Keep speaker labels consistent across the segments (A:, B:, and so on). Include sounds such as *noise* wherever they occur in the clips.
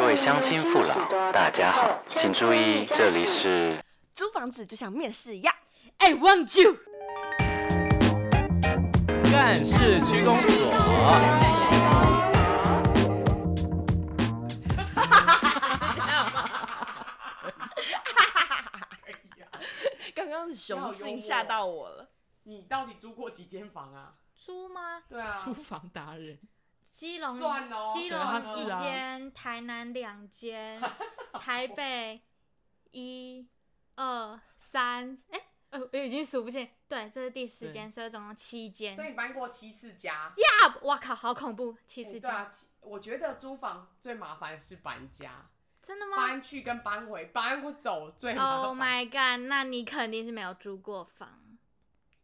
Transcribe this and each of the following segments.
A: 位乡亲父老，大家好，请注意，这里是
B: 租房子就像面试一样，I want you。
C: 干事区公所。
B: 刚刚的雄性吓到我了，
D: 你到底租过几间房啊？
E: 租吗？
D: 对啊，
C: 厨房达人，
E: 基隆
D: 算咯
E: 基
C: 对啊
E: 隆
C: 是
E: 一
C: 啊
E: 间，台南两
D: *laughs*
E: 间，台北一、二、三，哎、呃，我已经数不清，对，这是第四间，所以总共七间。
D: 所以你搬过七次家。
E: 呀，哇靠，好恐怖，七十
D: 哎
E: 间
D: 对，啊，七我觉得租房最麻烦是搬
E: 啊
D: 家，
E: 真的吗
D: 搬去跟搬回，搬过走最麻
E: ？Oh
D: 烦。
E: my god，那你肯定是没有租过房。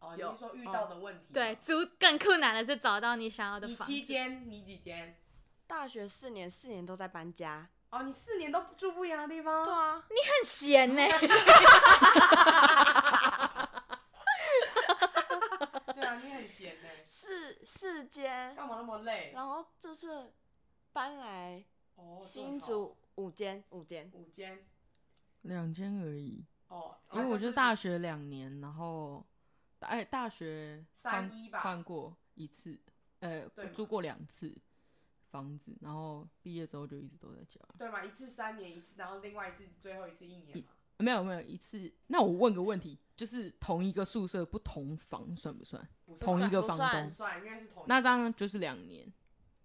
D: 哦，你
B: 有
D: 是说遇到的问题？
E: 对，，租更困难的是找到你想要的
D: 你
E: 房
D: 七
E: 子。
D: 间，你几间？
B: 大学四年，四年都在搬家。
D: 哦，你四年都住不一样的地方。
B: 对啊，
E: 你很闲
D: *laughs*
E: 呢、
D: 对啊，你很闲呢，
B: 四四间，
D: 干嘛那么累？
B: 然后这次搬来
D: 哦，
B: 新
D: 对哦
B: 竹五间，五间。
D: 五间。
F: 两间而已，
D: 哦，
F: 因为我
D: 就
F: 就是大学两年，然后哎大学
D: 三
F: 换
D: 一吧
F: 换过一次，呃
D: 对嘛
F: 租过两次房子，然后毕业之后就一直都在家。
D: 对嘛，一次三年一次，然后另外一次最后一次一年嘛。
F: 没有没有一次，那我问个问题，就是同一个宿舍不同房算不算？
D: 不是
F: 同一个
B: 不
F: 房
B: 算
D: 不
F: 东，
D: 算，因为是同一
F: 那这样就是两年，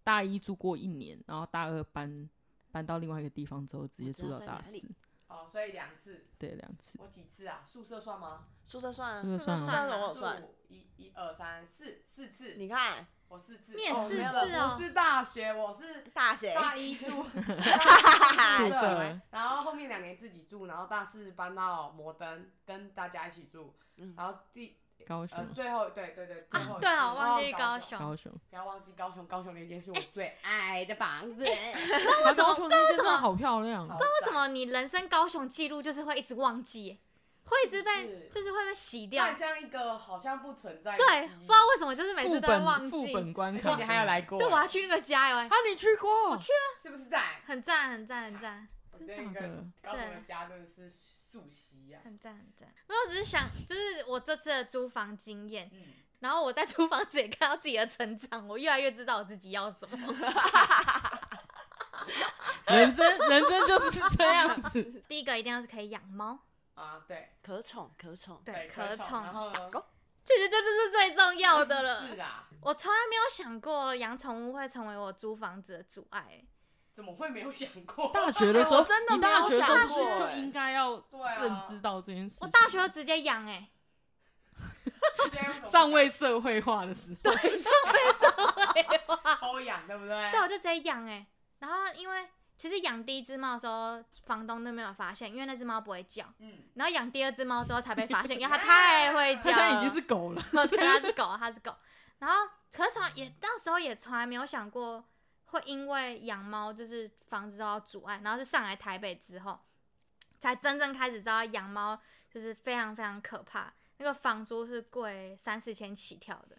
F: 大一住过一年，然后大二搬搬到另外一个地方之后，直接
B: 知道
F: 住到
B: 在
F: 大
B: 哪里
F: 四，
D: 哦，所以两次。
F: 对，两次。
D: 我几次啊？宿舍算吗？
B: 宿舍算
F: 宿舍算啊
B: 算了我算。
D: 宿一一二三四四次，
B: 你看
D: 我四次，
E: 你也
D: 哦
E: 四
D: 没有
E: 次
D: 了
E: 哦
D: 我是大学，我是
B: 大谁？
D: 大一
F: *laughs*
D: 住
B: 大
D: 大一住宿舍
F: 哎舍，
D: 然后后面两年自己住，然后大四搬到摩登跟大家一起住，
B: 嗯
D: 然后第
F: 高雄
D: 呃，最后对对对，最后一
E: 对
D: 次
E: 啊，我忘
D: 哦
E: 记
D: 高
E: 高
D: 雄，
E: 雄。哎
F: 高雄，
D: 不要忘记高雄，高雄那间是我最爱的房子，
F: 那
E: 为什么
F: 高雄那间真的
E: 么
F: 好漂亮，哦
D: 超
E: 为什
D: 赞
E: 么你人生高雄记录就是会一直忘记，会一直被
D: 是
E: 就是会被洗掉
D: 那？这样一个好像不存在的
E: 对，
D: 记
E: 不
D: 忆
E: 知道为什么就是每次
F: 副
E: 都会忘
F: 本
E: 记
F: 副。本关
D: 而
F: 卡，
D: 且你还有来过，啊
F: 哦
E: 对，我要去那个加油、欸
F: 啊，你去过？
D: 是不是在？
E: 很赞，很赞，很赞，
D: 我
F: 真
D: 那
F: 假
D: 个
F: 的
D: 高雄的
E: 对
D: 家真的是素席呀、
E: 很赞，很赞。没有，我只是想，就是我这次的租房经验，
D: 嗯，
E: 然后我在租房子也看到自己的成长，我越来越知道我自己要什么。
F: 人生人生就是这
E: *laughs*
F: 样子，
E: 第一个一定要是可以养猫，
D: 啊，对，
B: 可宠可宠，
E: 对，
D: 可
E: 可
D: 宠，然
E: 宠，
D: 后呢？ *laughs*
E: 其实这就是最重要的了。
D: 是啊，
E: 我从来没有想过养宠物会成为我租房子的阻碍、欸
D: 怎么会没有想过？
F: 大学的时候，
B: 我真的
F: 你
B: 没有
F: 大学的时候
B: 想
F: 不是
B: 过
F: 就
B: 欸
F: 应该要
D: 对啊
F: 认知到这件事情。
E: 我大学就直接养哎、
D: *laughs*
E: 欸
D: 现在为什么
F: 尚未社会化的时候，
E: 啊
D: 偷养，对不对？
E: 对，我就直接养哎、然后因为其实养第一只猫的时候，房东都没有发现，因为那只猫不会叫。
D: 嗯，
E: 然后养第二只猫之后才被发现，因为它太会
F: 他
E: 叫
F: 现
E: 了。
F: 在已经是狗了。
E: 哦对，它是狗，它是狗。然后可是从来也到时候也从来没有想过会因为养猫就是房子都要阻碍，然后是上来台北之后，才真正开始知道养猫就是非常非常可怕。那个房租是贵三四千起跳的，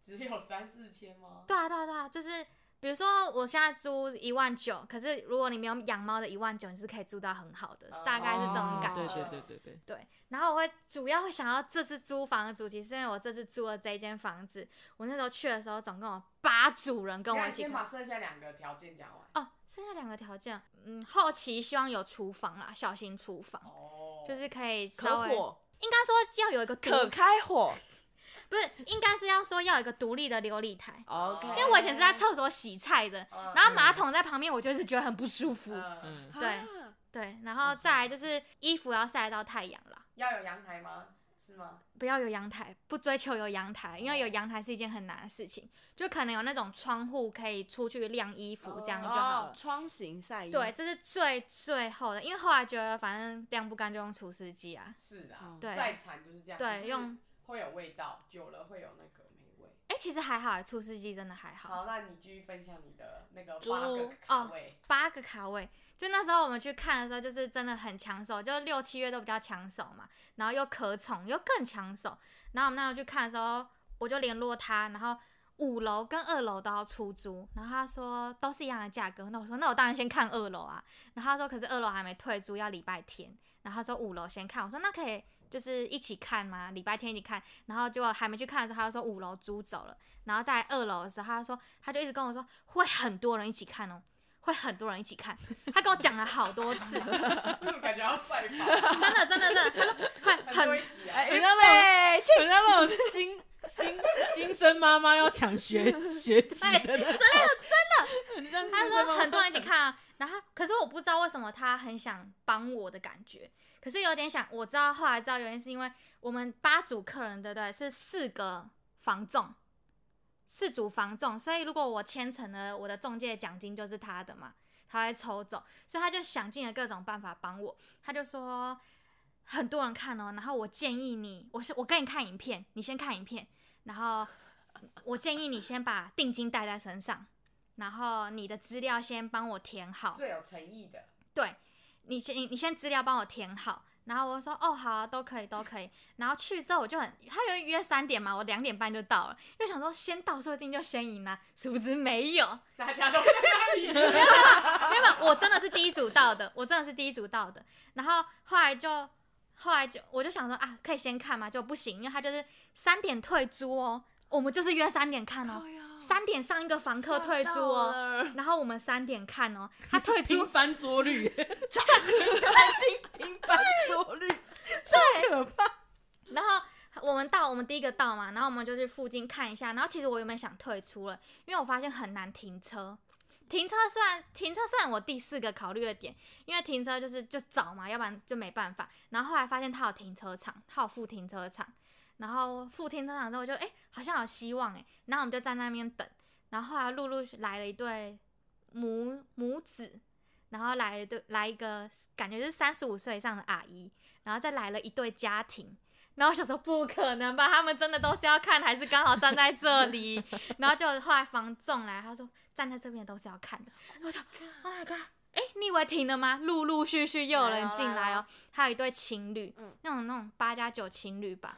D: 只有三四千吗？
E: 对啊，对啊，对啊，就是比如说我现在租一万九，可是如果你没有养猫的一万九，你是可以租到很好的， *laughs* 大概是这种感觉。
F: 对
D: 哦
F: 对对对对，
E: 对，然后我会主要会想要这次租房的主题，是因为我这次租了这一间房子，我那时候去的时候总共有八组人跟我
D: 那
E: 一起
D: 先把
E: 看。
D: 剩下两个条件讲完。
E: 哦，剩下两个条件，嗯，后期希望有厨房啦，小型厨房，
D: 哦，
E: 就是可以稍
B: 可
E: 微，
B: 火
E: 应该说要有一个独，
B: 可开火。
E: 不是，应该是要说要有一个独立的琉璃台，
B: OK，
E: 因为我以前是在厕所洗菜的，
D: 哦嗯，
E: 然后马桶在旁边，我就是觉得很不舒服。
D: 嗯嗯，
F: 嗯，
E: 对
B: 啊
E: 对，然后再来就是衣服要晒到太阳啦，
D: 要有阳台吗？是吗？
E: 不要有阳台，不追求有阳台，因为有阳台是一件很难的事情，就可能有那种窗户可以出去晾衣服，这样就好
B: 哦
E: 了。，
B: 窗型晒衣。
E: 对，，这是最最后的，因为后来觉得反正晾不干就用除湿机啊。
D: 是
B: 哦
D: 啊，
E: 对
D: 再惨就是这样，只
E: 对，
D: 是
E: 用
D: 会有味道，久了会有那个霉味。
E: 哎、其实还好欸，除湿机真的还好。
D: 好，那你继续分享你的那个
B: 猪
D: 八个卡位，
E: 八个卡位，就那时候我们去看的时候，就是真的很抢手，就六七月都比较抢手嘛，然后又可宠又更抢手，然后我们那时候去看的时候，我就联络他，然后五楼跟二楼都要出租，然后他说都是一样的价格，那我说那我当然先看二楼啊，然后他说可是二楼还没退租，要礼拜天，然后他说五楼先看，我说那可以就是一起看吗？礼拜天一起看，然后结果还没去看的时候，他就说五楼租走了，然后在二楼的时候，他说他就一直跟我说会很多人一起看哦，会很多人一起看，他跟我讲了好多次， *laughs*
D: *laughs* 感觉要晒跑，
E: 真的真的真的，他说会
D: 很多
E: *laughs* 很哎
D: 一起啊，
F: 人家那种，人家那种新新新生妈妈要抢
E: *laughs*
F: 学学籍
E: 哎
F: 的那种， *laughs* 真的真的，
E: 他说很多人一起看啊，然后可是我不知道为什么他很想帮我的感觉，可是有点想，我知道后来知道原因是因为我们八组客人对不对是四个房仲，四组房仲，所以如果我签成了，我的中介奖金就是他的嘛，他会抽走，所以他就想尽了各种办法帮我，他就说很多人看哦，然后我建议你，我是我跟你看影片，你先看影片，然后我建议你先把定金带在身上，然后你的资料先帮我填好，
D: 最有诚意的，
E: 对你先你你先资料帮我填好，然后我就说哦好啊、都可以都可以，然后去之后我就很他有约三点嘛，我两点半就到了，因为想说先到说不定就先赢啦、殊不知没有，
D: 大家都在那里，
E: *laughs* 没有，没有，我真的是第一组到的，我真的是第一组到的。然后后来就后来就我就想说啊，可以先看嘛，就不行，因为他就是三点退租哦，我们就是约三点看哦，三点上一个房客退租哦，
F: 哦，
E: 然后我们三点看哦，他退租
F: 频繁拙率，
E: 嗯
F: 频繁拙率，
E: 对
F: 可怕。
E: 然后我们到，我们第一个到嘛，然后我们就去附近看一下。然后其实我原本想退出了，因为我发现很难停车。停车虽然停车算我第四个考虑的点，因为停车就是就找嘛，要不然就没办法。然后后来发现它有停车场，它有附停车场，然后附停车场之后我就哎、诶好像有希望哎、然后我们就在那边等，然后后来陆陆续来了一对母母子，然后来了一对来一个感觉是三十五岁以上的阿姨，然后再来了一对家庭，然后我想说不可能吧，他们真的都是要看，还是刚好站在这里？ *laughs* 然后就后来房仲来，他说站在这边都是要看的。我就
B: 哦
E: Oh my god！哎、你以为停了吗？陆陆续续又有人进来
B: 来
E: 哦
B: 了，
E: 还有一对情侣，
B: 嗯
E: 那种那种八加九情侣吧。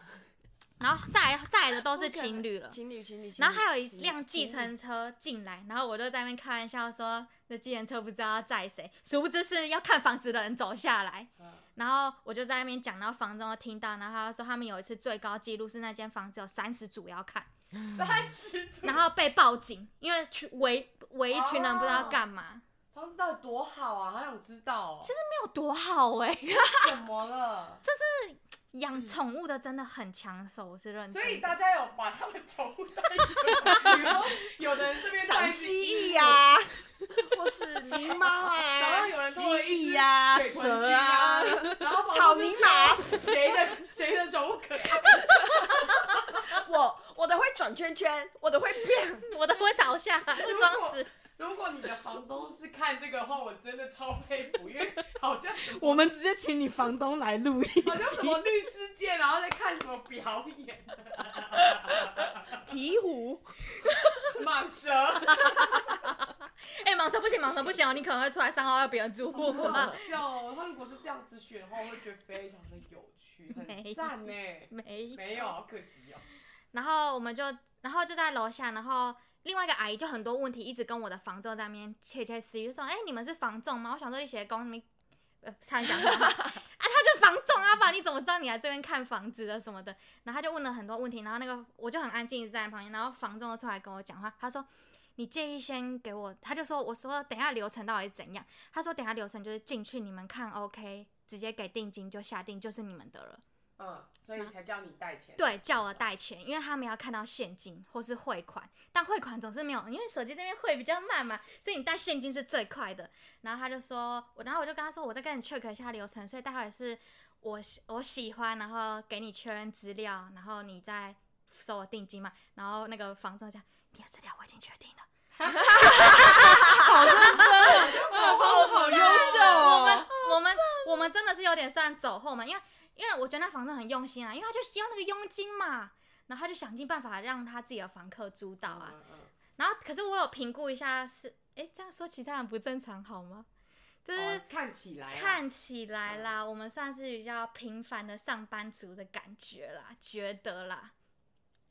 E: 然后再来再来的都是情侣了，
B: 情侣情侣。情侣
E: 然后还有一
B: 情侣
E: 辆计
B: 情侣
E: 程车进来，然后我就在那边开玩笑说，那计程车不知道要载谁，殊不知是要看房子的人走下来。
D: 嗯
E: 然后我就在那边讲，然后房东就听到，然后他说他们有一次最高纪录是那间房子有三十组
D: *laughs*
E: 要看，
D: 三十组，
E: 然后被报警，因为群围围一群人不知
D: 哦
E: 道干嘛，
D: 房子到底多好啊，好想知道哦，其实
E: 没有多好哎、
D: 怎么了？
E: *laughs* 养宠物的真的很抢手，我是认真的。
D: 嗯所以大家有把他们宠物带走，比如说有的人这边带
B: 赏
D: 一只
B: 蜥
E: *laughs*
B: 蜴呀，或是狸猫
D: 啊 *laughs* 然
B: 啊
D: 后，有人
F: 蜥
D: 多了一
F: 蜴
D: 只
F: 呀、
D: 水豚
F: 蛇
D: 精啊
F: 啊，，
D: 然后
B: 草泥马。
D: 谁的谁的宠物可爱？
B: *laughs* 我我的会转圈圈，我的会
D: *laughs*
B: 变。
E: 我都会倒下，会装死。
D: 如果你的房东是看这个的话，我真的超佩服，因为好像什么
F: 我们直接请你房东来录一
D: 好像什
F: 期。
D: 么律师界，然后在看什么表演，
B: 鹈鹕，
D: 蟒蛇，
E: 哎、蟒蛇不行，蟒蛇不行哦，你可能会出来伤害到别人住户。啊
D: 好笑哦。他如果是这样子选的话，我会觉得非常的有趣，
E: 没
D: 很赞呢。
E: *laughs* 没有
D: 没有，好可惜哦。
E: 然后我们就，然后就在楼下，然后另外一个阿姨就很多问题，一直跟我的房仲在那边窃窃私语，就说：“哎、你们是房仲吗？”我想说你写的工，你呃，差点讲错话 *laughs* 啊，他就房仲啊，不然你怎么知道你来这边看房子的什么的？然后他就问了很多问题，然后那个我就很安静，一直站在旁边，然后房仲就出来跟我讲话，他说。你介意先给我，他就说，我说等一下流程到底怎样？他说等一下流程就是进去你们看 OK，直接给定金就下定，就是你们的了。
D: 嗯，所以才叫你带钱。
E: 对，叫我带钱，因为他们要看到现金或是汇款，但汇款总是没有，因为手机这边汇比较慢嘛，所以你带现金是最快的。然后他就说，我然后我就跟他说，我再跟你 check 一下流程，所以待会是我喜我喜欢，然后给你确认资料，然后你再收我定金嘛。然后那个房仲讲，你的资料我已经确定
D: *laughs*
E: 了，
F: 二房好优秀
E: 我
F: 哦
E: 们！我们我们真的是有点算走后门，因为因为我觉得那房东很用心啊，因为他就是要那个佣金嘛，然后他就想尽办法让他自己的房客租到啊。
D: 嗯，嗯嗯
E: 然后可是我有评估一下是，诶，这样说其他人不正常好吗？就是
D: 哦看起来啊
E: 看起来啦，我们算是比较平凡的上班族的感觉啦，觉得啦。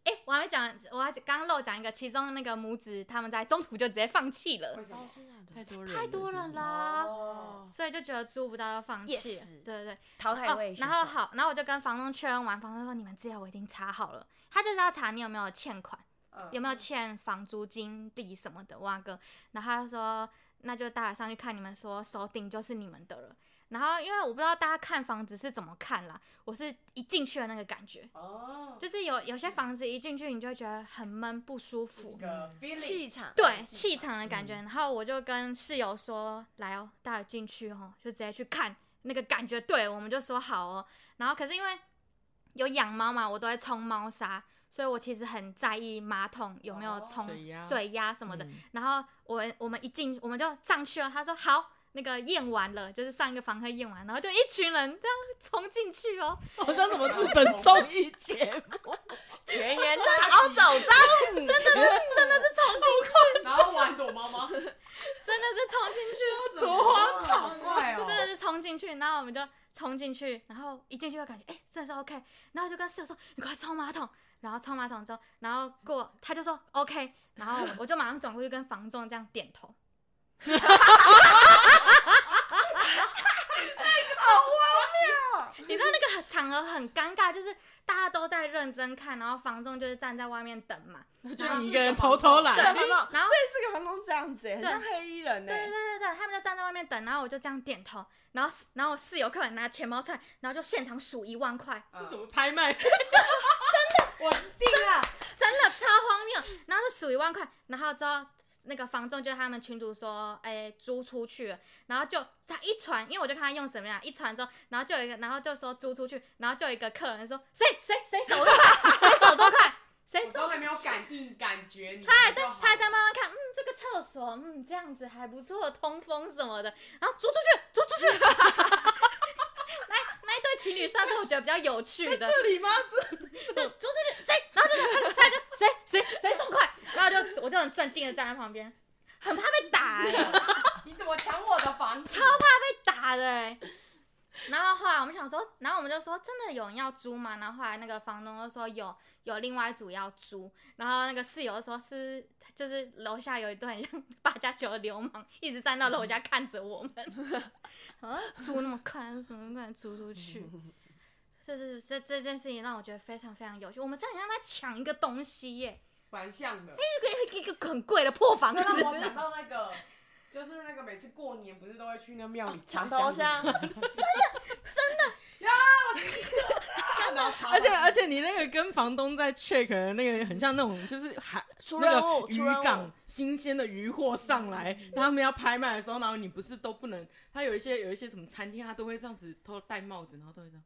E: 哎、我还没讲，我还刚漏讲一个，其中那个母子他们在中途就直接放弃了
D: 为，什么？
F: 太多人
E: 太多人
F: 了
E: 啦，
D: 哦，
E: 所以就觉得租不到就放弃了。
B: Yes
E: 对对对，
B: *laughs* 淘汰位选。
E: 哦
B: 手、
E: 然后好，然后我就跟房东确认完，房东说你们资料我已经查好了，他就是要查你有没有欠款，
D: 嗯
E: 有没有欠房租、金地什么的，哇哥。然后他就说那就大家上去看，你们说手顶就是你们的了。然后因为我不知道大家看房子是怎么看啦，我是一进去的那个感觉，
D: 哦，
E: 就是有有些房子一进去你就会觉得很闷不舒服
D: 一，个 feeling，
B: 气场，
E: 对嗯气场的感觉。
F: 嗯
E: 然后我就跟室友说：“来哦，大家进去哦，就直接去看那个感觉。”对，我们就说好哦。然后可是因为有养猫嘛，我都会冲猫砂，所以我其实很在意马桶有没有
D: 哦
E: 冲
F: 水压
E: 水压什么的。
F: 嗯
E: 然后我们我们一进我们就上去了，哦他说好。那个验完了，就是上一个房客验完，然后就一群人这样冲进去哦，
F: 好像什么日本综艺节目，
B: 全员逃走中，真的
D: *laughs* 然后玩躲猫
E: *laughs*
D: 猫，
E: 真的是冲进去，哦
D: 多荒唐，好怪哦，
E: 啊真的是冲进去，然后我们就冲进去，然后一进去就感觉哎、真的是 OK，然后就跟室友说你快冲马桶，然后冲马桶之后，然后过他就说 OK，然后我就马上转过去跟房仲这样点头，你知道那个场合很尴尬，就是大家都在认真看，然后房仲就是站在外面等嘛，
F: 就你一个人偷偷
B: 这个
F: 来，
B: 房东，
E: 然后
B: 所以是个房东这样子、欸，很像黑衣人呢、
E: 对对
B: *laughs*
E: 对对，他们就站在外面等，然后我就这样点头，然后室然后我室友客人拿钱包出来，然后就现场数一万块，
D: 嗯
F: 什么拍卖？
E: 真的超荒谬。然后就数一万块，然后之后那个房仲就他们群主说，哎、租出去了，然后就他一传，因为我就看他用什么呀，一传之后，然后就有一个，然后就说租出去，然后就有一个客人说，谁谁谁手多快，谁手多快，谁
D: 我
E: 手
D: 都。还没有感应感觉你，
E: 他还在
D: 你就好
E: 他还在慢慢看，嗯，这个厕所，嗯，这样子还不错，通风什么的。然后租出去，租出去。
F: *laughs*
E: 那那一对情侣算是我觉得比较有趣的。
F: 这里吗？
E: 就走出去，谁？然后就 *laughs* 他就谁谁谁这么快？然后就我就很震惊的站在旁边，很怕被打、欸，被
D: 你怎么抢我的房子？超
E: 打的、欸。然后后来我们想说，然后我们就说真的有人要租吗？然后后来那个房东就说有有另外一组要租，然后那个室友说是就是楼下有一对很像八加九的流氓，一直站到楼下看着我们，啊租那么快，什么快租出去？是是是，这这件事情让我觉得非常非常有趣。我们真的很像在抢一个东西耶、
D: 蛮像的。
E: 一个一个很贵的破
B: 啊
E: 房子
D: 这，让我想到那个，就是那个每次过年不是都会去那庙里
B: 哦抢
D: 头
B: 头香，
D: *laughs* *laughs* 然后插
F: 而且而且你那个跟房东在 check 的那个很像那种，就是
E: *laughs*
F: 海
B: 出
F: 那
B: 任务
F: 个
B: 出任
F: 渔
B: 务
F: 港新鲜的渔货上来，
E: 嗯
F: 他们要拍卖的时候，然后你不是都不能，他有一些有一些什么餐厅，他都会这样子偷戴帽子，然后都会这样。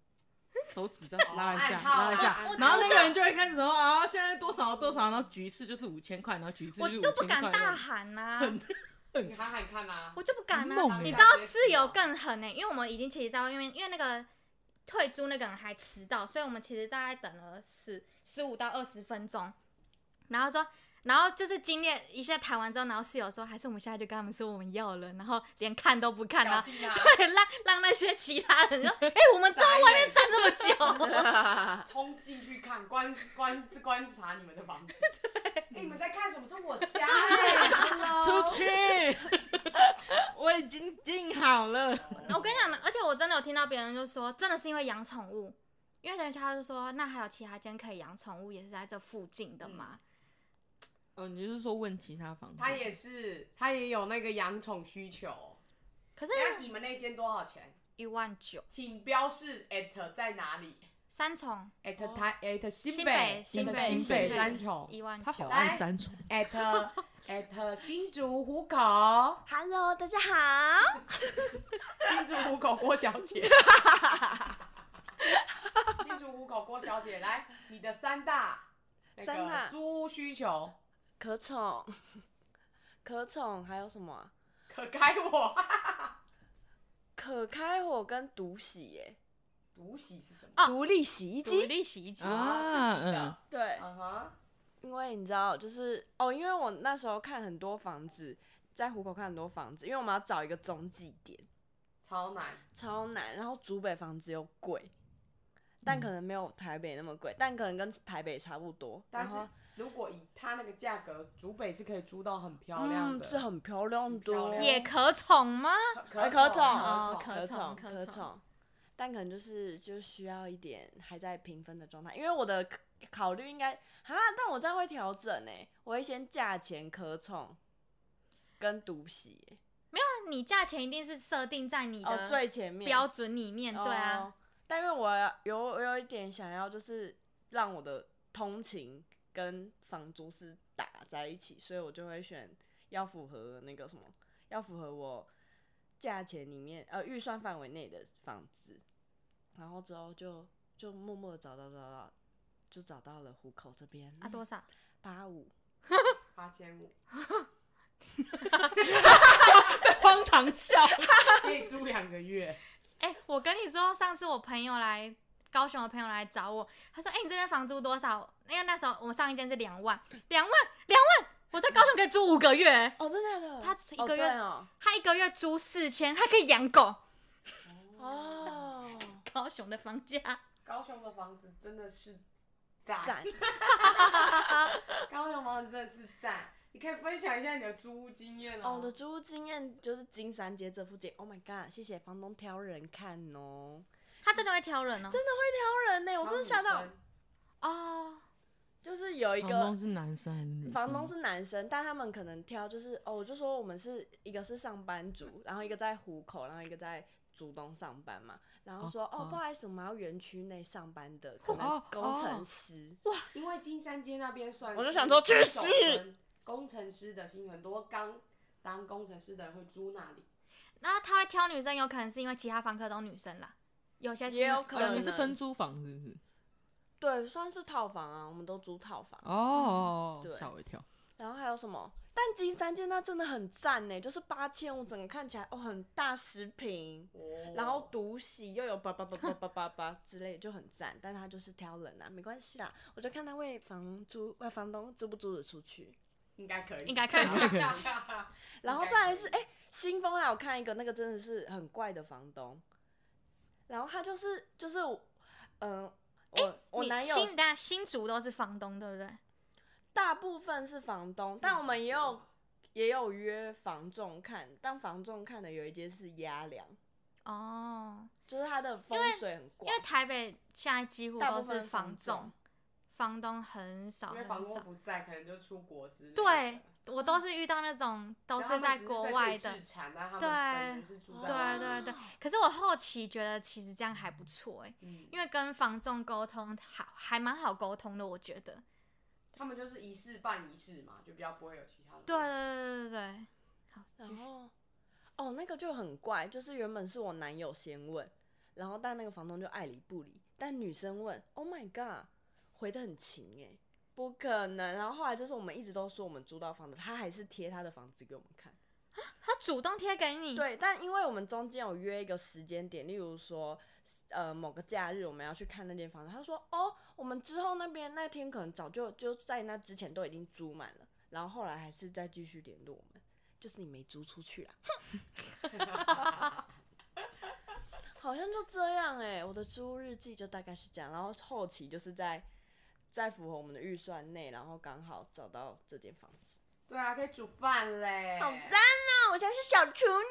F: 手指这样拉一
E: 啊
F: 下，
D: 暗号
F: 拉一下
D: 哎我我，
F: 然后那个人就会开始说啊，现在多少多少，然后局势就是五千块，然后局势
E: 我
F: 是五
E: 就不
F: 千
E: 敢
F: 块。
E: 大喊呐、
D: 你喊喊看啊！
E: 我就不敢
F: 很
E: 啊。
F: 猛
E: 你
D: 欸
E: 知道室友更狠欸呢、因为我们已经其实在外面，因为那个退租那个人还迟到，所以我们其实大概等了十十五到二十分钟，然后说。然后就是经历一下谈完之后，然后室友说，还是我们现在就跟他们说我们要了，然后连看都不看，然
F: 啊
D: 挑
E: 后
D: 衅他，
E: 对让让那些其他人说，哎、我们在外面站那么久，
D: 啊 *laughs* 冲进去看，观观观察你们的房子。
B: *laughs*
D: 哎，你们在看什么？这我家
F: *laughs* 出
D: 哎！
F: 去， *laughs* 我已经订好了。
E: *laughs* 我跟你讲，而且我真的有听到别人就说，真的是因为养宠物，因为人家就说，那还有其他间可以养宠物，也是在这附近的嘛。
F: 哦，你就是说问其他房东？
D: 他也是，他也有那个养宠需求。
B: 嗯
E: 可是
D: 等下你们那间多少钱？
E: 一万九，
D: 请标示 at 在哪里
E: 三重
D: ？at 台 at 新
E: 北
D: 哦新
E: 北
D: 新
F: 北
D: 北
E: 市
D: 三
B: 哦
D: 重
E: 一万
F: 他
E: 九
F: 好，
D: 来
F: 爱三重，
D: *laughs* at at 新竹湖口
B: Hello，大家好，
D: 新竹虎口郭小姐， *laughs* 新竹虎口郭小姐，来，你的三大那个
B: 三大
D: 租屋需求，
B: 可宠，可宠还有什么啊、
D: 可该我
B: 可开火跟独洗欸耶、
D: 独洗是什么？
B: 啊独立洗衣
E: 独
B: 机。
E: 立洗衣机，
D: 啊，自己的，
B: 对，
D: 嗯哼，
B: 因为你知道，就是哦，因为我那时候看很多房子，在虎口看很多房子，因为我们要找一个中继点，
D: 超难，
B: 超难。然后竹北房子又贵，但可能没有台北那么贵，但可能跟台北差不多。
D: 但
B: 然
D: 是
B: 后
D: 如果以它那个价格，竹北是可以租到很漂亮
B: 嗯，
D: 的，
B: 是很漂亮
D: 很漂
B: 的，
D: 亮
E: 也可宠吗？
D: 可
B: 啊可
D: 宠
B: 宠
E: 哦
D: 可宠。
E: 可
B: 宠
E: 宠
B: 可
E: 可
B: 宠，但可能就是就需要一点还在评分的状态，因为我的考考虑应该啊，但我这样会调整呢、欸我会先价钱可宠跟独席欸、
E: 那你价钱一定是设定在你
B: 哦
E: 的
B: 最前面
E: 标准里面，对啊
B: 哦。但因为我有我有一点想要，就是让我的通勤跟房租是打在一起，所以我就会选要符合那个什么，要符合我价钱里面呃预算范围内的房子。然后之后就就默默的找到找到，就找到了虎口这边
E: 啊，多少？
B: 八五，
D: 八千五，
F: 荒唐笑。
D: 可以租两个月。
E: 哎、我跟你说，上次我朋友来高雄的朋友来找我，他说：“哎、你这边房租多少？”因为那时候我上一间是两万，两万，两万，我在高雄可以租五个月，
B: 哦，真的假的？
E: 他一个月
B: 哦
E: 他一个月租四千，还可以养狗。
B: 对哦，哦
E: 高雄的房价，
D: 高雄的房子真的是赞，
B: 赞，
D: 高雄房子真的是赞。你可以分享一下你的租屋经验
B: 哦，我的租屋经验就是金山街这附近。Oh my god！谢谢房东挑人看哦，
E: 他真的会挑人哦。
B: 真的会挑人呢、我真的吓到
D: 然后女。生
E: 哦，
B: 就是有一
F: 房
B: 个
F: 东是男生还是女生？哦
B: 房东是男生，但他们可能挑就是哦，我就说我们是一个是上班族，然后一个在虎口，然后一个在竹东上班嘛，然后说
F: 哦
B: 哦
F: 哦
B: 不好意思，我们要园区内上班的可能
F: 哦
B: 工程师，
D: 因为金山街那边算是
B: 我就想说去死
D: 新手村工程师的薪水很多，刚当工程师的人会租那里。
E: 然后他会挑女生，有可能是因为其他房客都女生啦，有些是
B: 也有
E: 因为
B: 可能
F: 哦你是分租房是不是？
B: 对，算是套房啊，我们都租套房。
F: 哦
B: 嗯对，
F: 吓我一跳。
B: 然后还有什么？但金山街那真的很赞呢，就是八千五，整个看起来哦很大十平，
E: 哦
B: 然后独喜又有叭叭叭叭叭叭叭之类，就很赞。但他就是挑人啊，没关系啦，我就看他为房租呃房东租不租得出去。
D: 应该可以，
E: 应
D: *laughs*
E: 该可以吧
B: 然后再来是哎、新风还有看一个那个真的是很怪的房东，然后他就是就是嗯、呃我、我
E: 你
B: 男友
E: 新但新竹都是房东，对不对？
B: 大部分是房东，但我们也有也有约房仲看，但房仲看的有一间是压梁，
E: 哦，
B: 就是它的风水很
E: 因
B: 怪
E: 为，台北现在几乎
B: 大部
E: 都
B: 分
E: 是
B: 仲
E: 房仲，。房东很少
D: 因为
E: 很
D: 房东
E: 少。
D: 不在，可能就出国之类的。
E: 对，我都是遇到那种都
D: 然后
E: 是
D: 他们
E: 在
D: 只是
E: 国外
D: 这
E: 的
D: 里，置产啊，他
E: 对
D: 们本人是住在
E: 对对
D: 哦
E: 对。可是我后期觉得其实这样还不错哎、
D: 嗯，
E: 因为跟房仲沟通好还蛮好沟通的，我觉得。
D: 他们就是一事办一事嘛，就比较不会有其他的。
E: 对，对对对对
B: 然后哦，那个就很怪，就是原本是我男友先问，然后但那个房东就爱理不理，但女生问，Oh my god，回的很勤哎，不可能。然后后来就是我们一直都说我们租到房子，他还是贴他的房子给我们看。
E: 他主动贴给你，
B: 对，但因为我们中间有约一个时间点，例如说，呃，某个假日我们要去看那间房子，他说哦，我们之后那边那天可能早就就在那之前都已经租满了，然后后来还是再继续联络我们，就是你没租出去啊， *laughs* 好像就这样哎、我的租日记就大概是这样，然后后期就是在在符合我们的预算内，然后刚好找到这间房子，
D: 对啊，可以煮饭嘞。
B: 好赞啊！我现在是小厨娘。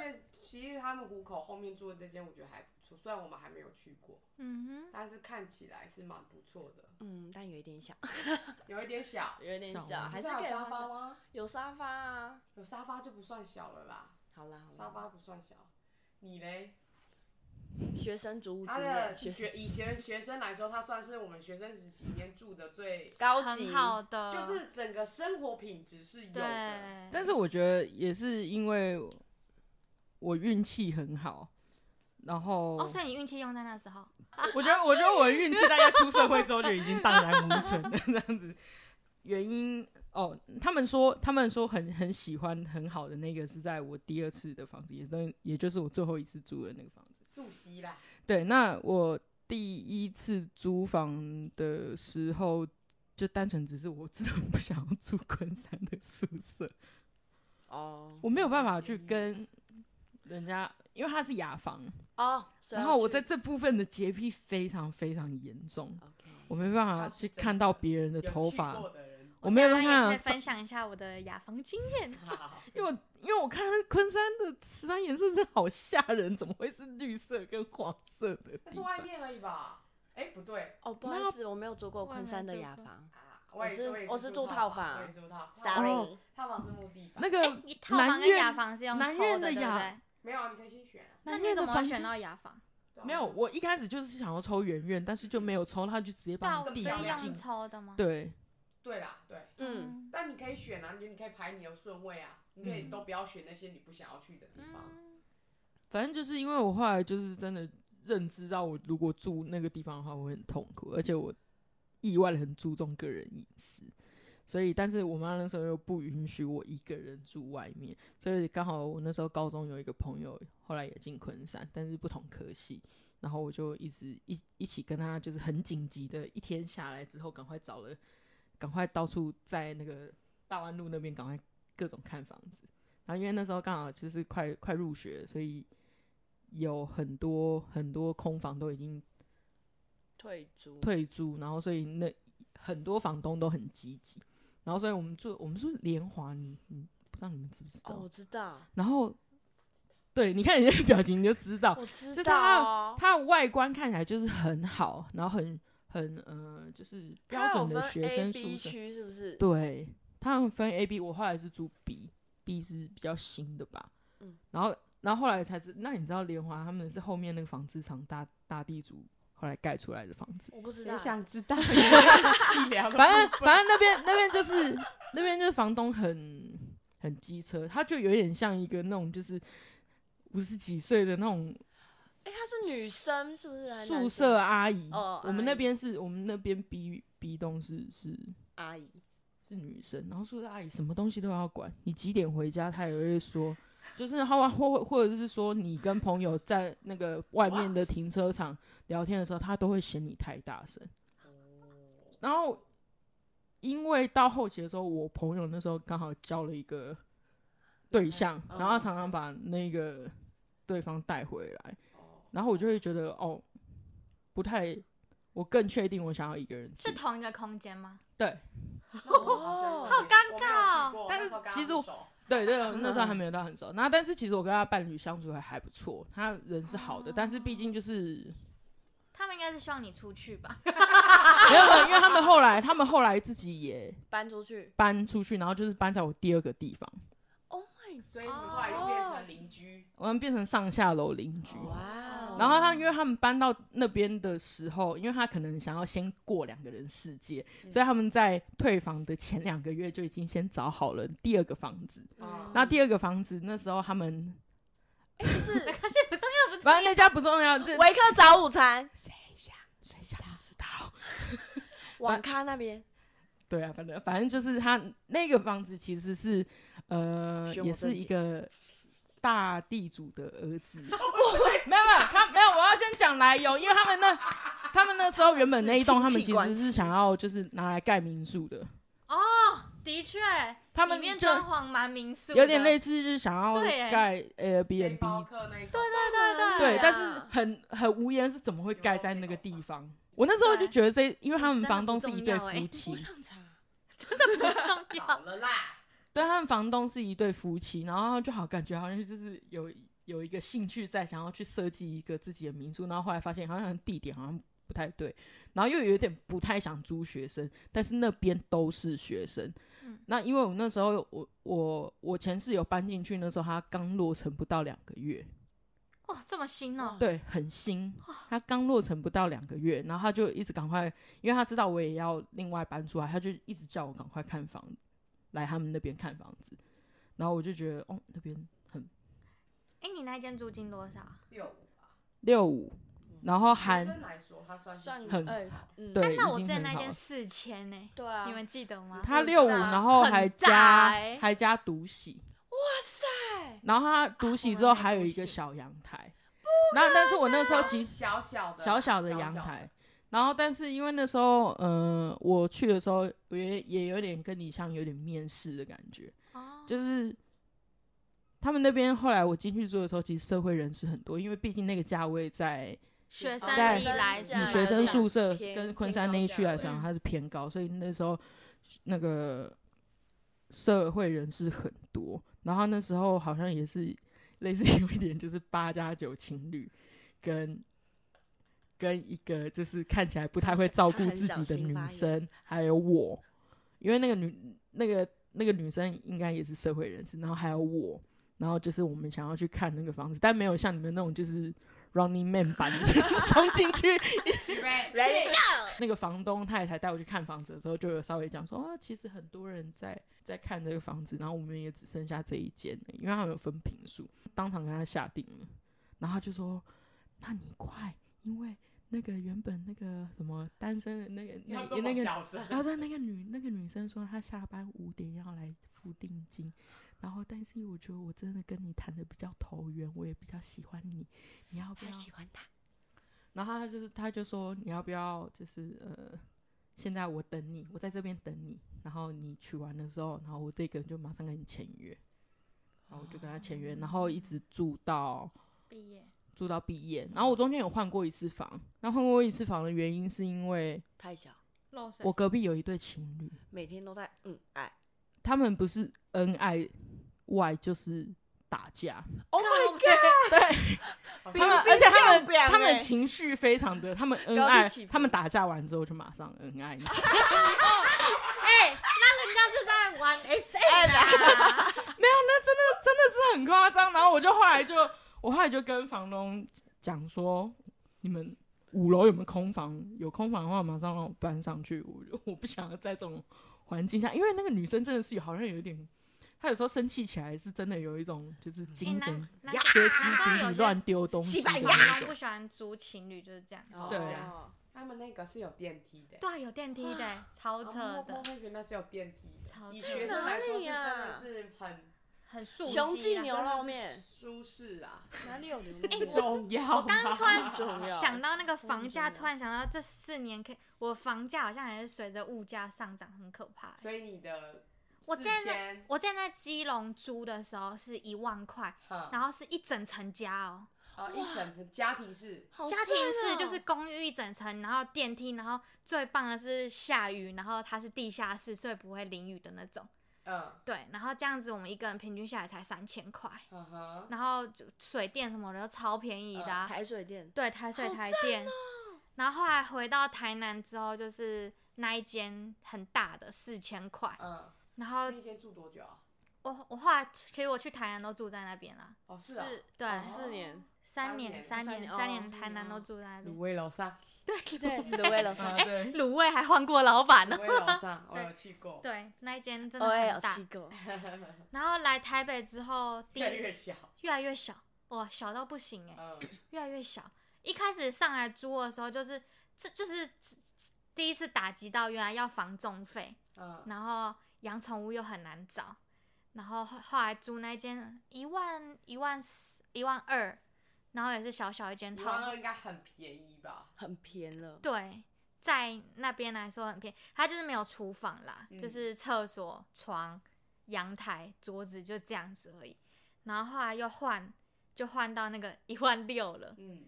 D: 而且其实他们虎口后面住的这间，我觉得还不错，虽然我们还没有去过，
E: 嗯
D: 但是看起来是蛮不错的，
B: 嗯，但有一点小，
D: 有一点小，
B: 有一点
F: 小
B: 小，
F: 吗
B: 啊还是
D: 不
B: 可
D: 有
B: 以
D: 沙
B: 换
D: 发
B: 的
D: 吗？
B: 有沙发啊。
D: 有沙发就不算小了啦，
B: 好啦好
D: 沙
B: 啦，
D: 发不算小。你嘞？
B: 学生主务
D: 他
B: 经
D: 的
B: 验，学
D: 学以前学生来说，他算是我们学生时期里面住的
B: *laughs*
D: 最，
E: 哼，
B: 高级
E: 很好的，
D: 就是整个生活品质是有
E: 啊对
D: 的。，
F: 但是我觉得也是因为我运气很好，然后
E: 哦，所以你运气用在那时候，
F: 我觉得，我觉得我的运气大概出社会之后就已经荡然无存 *laughs* 了，这样子。原因哦，他们说他们说很很喜欢很好的那个是在我第二次的房子，也是也就是我最后一次租的那个房子。
D: 素席啦，
F: 对，那我第一次租房的时候，就单纯只是我真的不想要住昆山的宿舍，
B: 哦，
F: 我没有办法去跟人家，因为它是雅房，
B: 哦，
F: 然后我在这部分的洁癖非常非常严重，我没办法
D: 那是
F: 去
D: 真的
F: 看到别人的头
D: 有去
F: 发
D: 过，的人，
F: 我没有
E: 大
F: 办
E: 家也可以
F: 法，
E: 分享一下我的雅房经 *laughs* 验。
D: 好好好
F: 因为我因为我看昆山的十三颜色真的好吓人，怎么会是绿色跟黄色的
D: 那
F: 地
D: 是
F: 方？
D: 外面而已吧？哎，不对
B: 哦，不好意思，我没有住过
E: 我也
B: 昆
E: 没
B: 山的
E: 住
B: 雅
E: 过
B: 房
D: 啊，我也
B: 我是
D: 我也
B: 我
D: 是
B: 是
D: 住
B: 住套
D: 房，
B: 房
D: 我也是住套房，
F: 哦
B: ，sorry，
D: 套房是木地板，
F: 那个
E: 你哎套房跟雅房是用
F: 南
E: 抽的，
F: 院南
E: 对
F: 院的
E: 不
F: 雅
E: 对？
D: 没有啊，你可以先选啊。
E: 那
F: 南
E: 你
F: 院
E: 怎
F: 的
E: 么会
F: 房
E: 选
F: 间
E: 到雅房？
D: 对啊
F: 没有，我一开始就是想要抽圆圆，但是就没有抽，他就直接
E: 对啊，
F: 把
E: 我
F: 我
E: 不
F: 递
E: 是
D: 要
F: 压
E: 用
F: 进。
E: 抽的吗？
F: 对，
D: 对啦，对，
B: 嗯，
D: 但你可以选啊，你你可以排你的顺位啊，你可
F: 嗯
D: 以都不要选那些你不想要去的地方。
E: 嗯，
F: 反正就是因为我后来就是真的认知到，我如果住那个地方的话，我会很痛苦，而且我意外的很注重个人隐私，所以但是我妈那时候又不允许我一个人住外面，所以刚好我那时候高中有一个朋友，后来也进昆山，但是不同科系。然后我就一直一一起跟他，就是很紧急的，一天下来之后，赶快找了，赶快到处在那个大湾路那边赶快各种看房子。然后因为那时候刚好就是快快入学，所以有很多很多空房都已经
B: 退租，
F: 退租，然后所以那很多房东都很积极，然后所以我们住我们住莲华，你你不知道你们知不知道？
B: 哦，我知道，
F: 然后对，你看你的表情你就知道，
B: *laughs* 我知
F: 是
B: 道
F: 他
B: 哦，
F: 它的外观看起来就是很好，然后很很呃，就是标
B: 它有
F: 准的
B: 分
F: 学
B: A、
F: 生宿
B: B
F: 舍。
B: 区是不是？
F: 对，他们分 A、B，我后来是住 B，B 是比较新的吧。
B: 嗯，
F: 然后然后后来才知，那你知道莲华他们是后面那个纺织厂大大地主后来盖出来的房子。
B: 我不知道
D: 谁
B: 欸，
D: 想知道？细聊个
F: 反
B: *laughs*
F: 正反正那边那边就是那边就是房东很很机车，他就有点像一个那种就是五十几岁的那种
B: 哎，她是女生是不是？还是
F: 宿
B: 啊男
F: 舍啊
B: 生
F: 阿姨，
B: 哦
F: 我们
B: 阿
F: 那
B: 姨
F: 边是我们那边 B B 栋是是
B: 阿姨，
F: 是女生，然后宿舍阿姨什么东西都要管，你几点回家，她也会说，就是或或或者是说你跟朋友在那个外面的
D: What？
F: 停车场聊天的时候，她都会嫌你太大声。然后因为到后期的时候，我朋友那时候刚好交了一个对象，
B: 嗯
F: 然后她常常把那个对方带回来，
D: 哦
F: 然后我就会觉得哦，不太，我更确定我想要一个人住
E: 是。同一个空间 *laughs* 吗？
F: 对 *laughs*
D: 好
E: 好尴尬哦
F: 但是其实我对对，我那时候还没有到很熟。那但是其实我跟他伴侣相处还还不错，他人是好的，但是毕竟就是
E: 他们应该是希望你出去吧？
F: 没有，没有因为他们后来他们后来自己也
B: 搬出去
F: 搬出去，然后就是搬在我第二个地方，
B: ，Oh my，
D: 所以你们后来又变成邻居，
F: 我们变成上下楼邻居。
B: 哇哦，
F: 然后他因为他们搬到那边的时候，因为他可能想要先过两个人世界，所以他们在退房的前两个月就已经先找好了第二个房子。
D: 嗯
F: 那第二个房子那时候他们，
B: 哎，不是
E: 没
D: *laughs*
E: 关系，不重要，不重
F: 反
E: 要
F: 正。那家不重要，这
B: 维克早午餐，
F: 谁想知道？
B: 网咖那边
F: 对啊，反正反正就是他那个房子其实是呃，
B: 选我
F: 也是
B: 正
F: 一
B: 解
F: 个大地主的儿子。没有没有，他没有，我要先讲来由，因为他们那他们那时候原本那一栋，
B: 是
F: 他们
B: 亲戚
F: 其
B: 关
F: 实
B: 系
F: 是想要就是拿来盖民宿的，
E: 的确，
F: 他们
E: 里面
F: 就
E: 装潢蛮民宿的，
F: 有点类似就是想要
E: 对耶
F: 盖
D: 背包
F: Airbnb，
D: 客那一种，
E: 对啊 *laughs* 对对
F: 对，但是
B: 啊
F: 很很无言是怎么会盖在那个地方？我那时候
E: 对
F: 就觉得这，因为他们
E: 真的
F: 房
E: 不
F: 东是
E: 重
F: 一对
E: 要欸
F: 夫
E: *laughs*
F: 妻
B: 我，想查，
E: 不重
D: 好
E: 要。
D: 了啦，
F: 对他们房东是一对夫妻，然后就好感觉好像就是有有一个兴趣在，想要去设计一个自己的民宿，然后后来发现好像地点好像不太对，然后又有点不太想租学生，但是那边都是学生。
E: 嗯
F: 那因为我那时候我我我前室友搬进去，那时候他刚落成不到两个月，
E: 哇，这么新 *laughs* 哦！
F: 对，很新，他刚落成不到两个月，然后他就一直赶快，因为他知道我也要另外搬出来，他就一直叫我赶快看房，来他们那边看房子。然后我就觉得，哦，那边很
E: 哎，你那间租金多少啊？
D: 有。
F: 六五，
E: 嗯
F: 然后
D: 男
F: 含
D: 生来说，他算是
B: 算
D: 住
F: 很
B: 哎，嗯，
F: 对，
E: 那我
F: 已
E: 之
F: 经
E: 前
F: 很
E: 那
F: 好
E: 间
F: 了。
E: 四千呢，
B: 对啊，
E: 你们记得吗？
F: 他
B: 我知
F: 六五，
B: 道啊
F: 然后
E: 很
F: 还
E: 大
F: 加
E: 欸啊
F: 还加独洗，哇塞！然后他独洗
E: 我
F: 之
E: 们
F: 后
E: 没
F: 还有
E: 独
F: 一个
E: 洗
F: 小阳台，然后但是我那时候其实
D: 小小的
F: 小小的阳台。然后，但是因为那时候，嗯、我去的时候，我哦也也有点跟你像，有点面试的感觉，
E: 哦，
F: 就是他们那边后来我进去住的时候，其实社会人士很多，因为毕竟那个价位在
E: 学生
F: 在
E: 一来
B: 是
E: 是
B: 啊
F: 学生宿舍
B: 偏
F: 跟昆山那一区来
E: 嗯
F: 讲，它是偏高，所以那时候那个社会人士很多。然后那时候好像也是类似有一点就是八加九情侣跟。跟一个就是看起来不太会照顾自己的女
B: 他很小心
F: 生，还有我，因为那个女那个那个女生应该也是社会人士，然后还有我，然后就是我们想要去看那个房子，但没有像你们那种就是 Running Man 版的，就是冲进去
D: 预
F: *laughs*
D: 备
B: Ready
F: 那个房东太太带我去看房子的时候，就有稍微讲说啊，其实很多人在在看这个房子，然后我们也只剩下这一间了，因为他们有分平数，当场跟他下定了，然后他就说，那你快，因为那个原本那个什么单身的那个那
D: 要这
F: 个
D: 么
F: 那个，
D: 小声，
F: 然后说那个女那个女生说她下班五点要来付定金。然后，但是我觉得我真的跟你谈的比较投缘，我也比较喜欢你，你要不要？
B: 欢他，
F: 然后他就是他就说你要不要就是呃，现在我等你，我在这边等你，然后你取完的时候，然后我这个人就马上跟你签约，然后我就跟他签
B: 哦
F: 约，然后一直住到
E: 毕业，
F: 住到毕业，然后我中间有换过一次房，那换过一次房的原因是因为
B: 太小，
E: 漏水 *laughs*
F: 我隔壁有一对情侣，
B: 每天都在嗯爱。
F: 他们不是恩爱外就是打架，
B: Oh my god！
D: 好
F: 他们
D: 像
B: 冰
F: 而且他
B: 冰凉
F: 们
B: 凉
F: 他
B: 欸
F: 们情绪非常的，他们恩
B: 高低
F: 爱
B: 起，伏
F: 他们打架完之后就马上恩爱。
E: 哎、那人家是在玩 S M 啊，
F: 很夸张。然后我就后来就，我后来就跟房东讲说，你们五楼有没有空房？有空房的话，马上让我搬上去。我我不想要在这种环境下，因为那个女生真的是有好像有一点，她有时候生气起来是真的有一种就是精
E: 欸
F: 神
E: 难
F: 歇斯
B: 哎
E: 难怪
F: 底
E: 有
F: 里
E: 些
F: 乱丢东西
B: 西
F: 的
B: 班牙
F: 那
E: 房东
F: 种
E: 不。喜欢租情侣就是这样。
F: 对
B: 哦
D: 他们那个是有电梯的，
E: 对啊，有电梯的、超扯
D: 哦
E: 的
D: 莫，莫会觉得那是有电梯的
E: 超
D: 以
E: 扯
D: 学生来说是真
B: 哪里
D: 的
B: 啊
D: 是很
E: 很熟
B: 雄
E: 悉
B: 记
E: 啊。
B: 牛肉面
D: 真的是舒适啊，
B: 哪里有牛肉
E: 哎
B: 面？啊
D: 重要吗。
E: 我刚刚突 *laughs* 然
B: 重要
E: 啊想到那个房价，
B: 真的重要
E: 突然想到这四年可以，我房价好像还是随着物价上涨，很可怕欸、
D: 所以你的
E: 我
D: 四
E: 之前在
D: 千
E: 我之前在基隆租的时候是一万块，
D: 哼
E: 然后是一整层家哦，
D: 哦，一整层家庭式，
B: 好
E: 家庭
B: 赞
E: 式
B: 哦
E: 就是公寓一整层，然后电梯，然后最棒的是下雨，然后它是地下室，所以不会淋雨的那种。
D: 嗯，
E: 对，然后这样子我们一个人平均下来才三千块，
D: 嗯哼，
E: 然后就水电什么的都超便宜的啊、
B: 呃台水店，
E: 对，台水
B: 好哦
E: 台电。然后后来回到台南之后，就是那一间很大的四千块，
D: 嗯，
E: 然后
D: 那一间住多久啊？
E: 我我后来其实我去台南都住在那边了，
D: 哦，是啊，
B: 是
E: 对
B: 哦四年，
E: 三
D: 三
E: 年
D: 年
E: 三
B: 三
E: 年
B: 年
E: 三
B: 哦
E: 年
B: 三
E: 台
B: 年
E: 南都
B: 哦
E: 住在那
D: 卤
E: 边，
D: 味楼
E: *laughs*
D: 上，
B: 对，你的味了
F: 啊
B: 上，
F: 对，
E: 卤味还换过老板
B: *laughs*
E: 呢
D: 卤。味楼上，我
E: 对
D: 有去过，
E: 对，那一间真的
B: 我也
E: 很
B: 哦哎有
E: 大
B: 吃。过，
E: 然后来台北之后，第一
D: 越来越小，
E: 越来越小，哇，小到不行哎、
D: 嗯，
E: 越来越小。一开始上来租的时候，就是这就是第一次打击到原来要房仲费，
D: 嗯，
E: 然后养宠物又很难找，然后后后来租那间一万一万四一万二，然后也是小小一间
D: 一
E: 套
D: 万，二应该很便宜吧？
B: 很偏了。
E: 对，在那边来说很便宜，它就是没有厨房啦，
D: 嗯
E: 就是厕所、床、阳台、桌子就这样子而已。然后后来又换，就换到那个一万六了，
D: 嗯，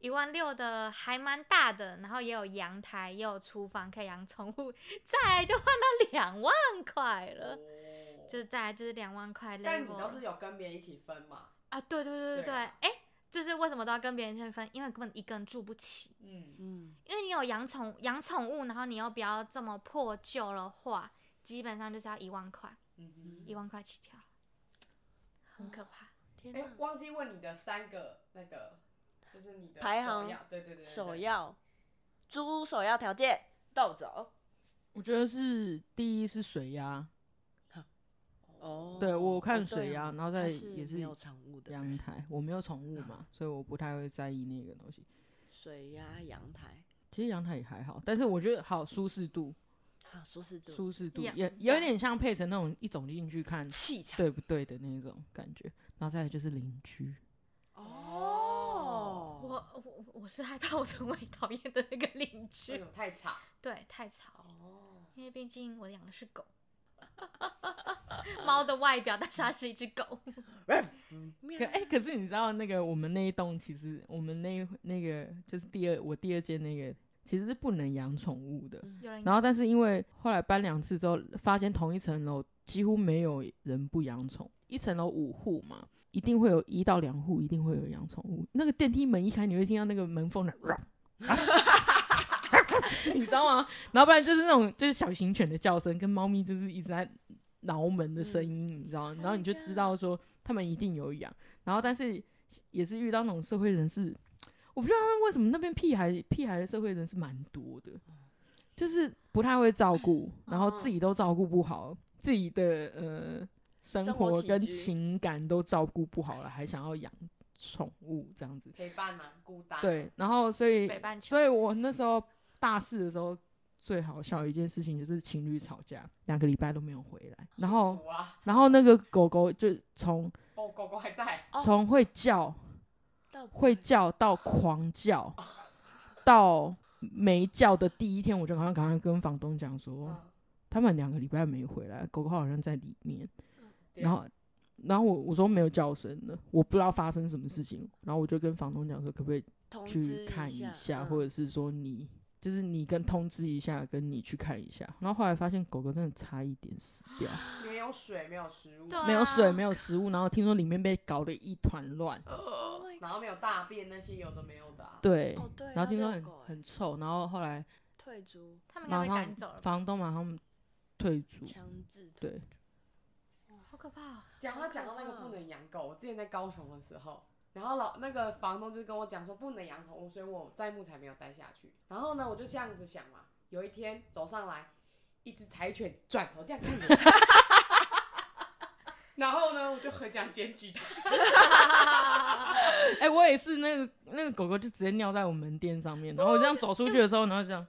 E: 一万六的还蛮大的，然后也有阳台，也有厨房可以养宠物，再来就换到两万块了。
D: 哦
E: 呃就是再来就是两万块 level 了，
D: 但你都是有跟别人一起分嘛？
E: 啊，对对对对对，
D: 对
E: 哎
D: 啊、
E: 就是为什么都要跟别人先分？因为根本一个人住不起，
D: 嗯，
B: 嗯，
E: 因为你有养宠养宠物，然后你又不要这么破旧的话，基本上就是要一万块，
D: 嗯
E: 一万块起跳，很可怕。
B: 天
D: 哼，
B: 哪
D: 哎，忘记问你的三个那个，就是你的
B: 排
D: 首
B: 行
D: 要，对对对对，对
B: 首，要，猪首要条件豆走。
F: 我觉得是第一是水压，
B: 哦
F: 对我看
B: 哦
F: 水
B: 对
F: 压
B: 哦
F: 然后再
B: 它
F: 也是
B: 没有产物的
F: 阳台我没有宠物嘛，所以我不太会在意那个东西。
B: 水压阳台
F: 其实阳台也还好，但是我觉得好舒适度，
B: 啊，舒适度
F: 舒适度
E: 养
F: 也有点像配成那种一走进去看
B: 气场
F: 对不对的那种感觉。然后再来就是邻居，
B: 哦
E: 我我我是害怕我成为讨厌的那个邻
D: 为
E: 居
D: 什，么太吵？
E: 对，太吵，
D: 哦，
E: 因为毕竟我养的是狗。 *laughs* 猫的外表，但是它是一只狗。
D: 嗯
F: 可哎、可是你知道那个我们那一栋，其实我们那那个就是第二我第二间那个，其实是不能养宠物的。
E: 有人
F: 然后但是因为后来搬两次之后，发现同一层楼几乎没有人不养宠，一层楼五户嘛，一定会有一到两户一定会有养宠物。那个电梯门一开，你会听到那个门缝的， *laughs* 你知道吗？然后不然就是那种就是小型犬的叫声，跟猫咪就是一直在挠门的声音，你知道吗？然后你就知道说他们一定有养。然后但是也是遇到那种社会人士，我不知道他们为什么那边屁孩屁孩的社会人士蛮多的，就是不太会照顾，然后自己都照顾不好，自己的呃生
B: 生活
F: 活
B: 起
F: 跟
B: 居
F: 情感都照顾不好了，还想要养宠物这样子。
D: 陪伴啊，孤单。，
F: 对，然后所以
E: 北半球，
F: 所以我那时候大四的时候。最好笑的一件事情就是情侣吵架，两个礼拜都没有回来，
D: *laughs*
F: 然后
D: 啊，
F: 然后那个狗狗就从
D: 哦，狗狗还在，
B: 哦
F: 从会叫
B: 到
F: 会叫到狂叫，到没叫的第一天，我就好像赶快跟房东讲说，
D: 嗯
F: 他们两个礼拜没回来，狗狗好像在里面。
D: 嗯对
F: 然后，然后我我说没有叫声了，我不知道发生什么事情。然后我就跟房东讲说，可不可以
B: 通知
F: 去看
B: 一
F: 下，
B: 嗯
F: 或者是说你就是你跟通知一下，跟你去看一下。然后后来发现狗狗真的差一点死掉，
B: 啊
D: 没有水，没有食物，
E: 对
F: 没有水，
E: 啊
F: 没有食物，然后听说里面被搞得一团乱。
D: 然后没有大便那些有的没有的啊。
F: 对，
B: 哦对，
F: 然
B: 要
F: 后听说
B: 遛
F: 很
B: 狗欸
F: 很臭，然后后来
B: 退租
E: 他们应该
F: 马
E: 被
F: 上
E: 赶走了吧，
F: 房东马上退租，
B: 强制退
F: 对，
E: 好可怕哦！
D: 讲他讲到那个不能养狗，我之前在高雄的时候，然后老那个房东就跟我讲说不能养宠物，所以我在木材没有待下去。然后呢，我就这样子想嘛，有一天走上来，一只柴犬转头这样看
F: *laughs*
D: 我，然后呢，我就很想检举他。
F: *laughs* 哎、我也是，那个那个狗狗就直接尿在我门店上 *laughs* 面，然后我这样走出去的时候，然后这样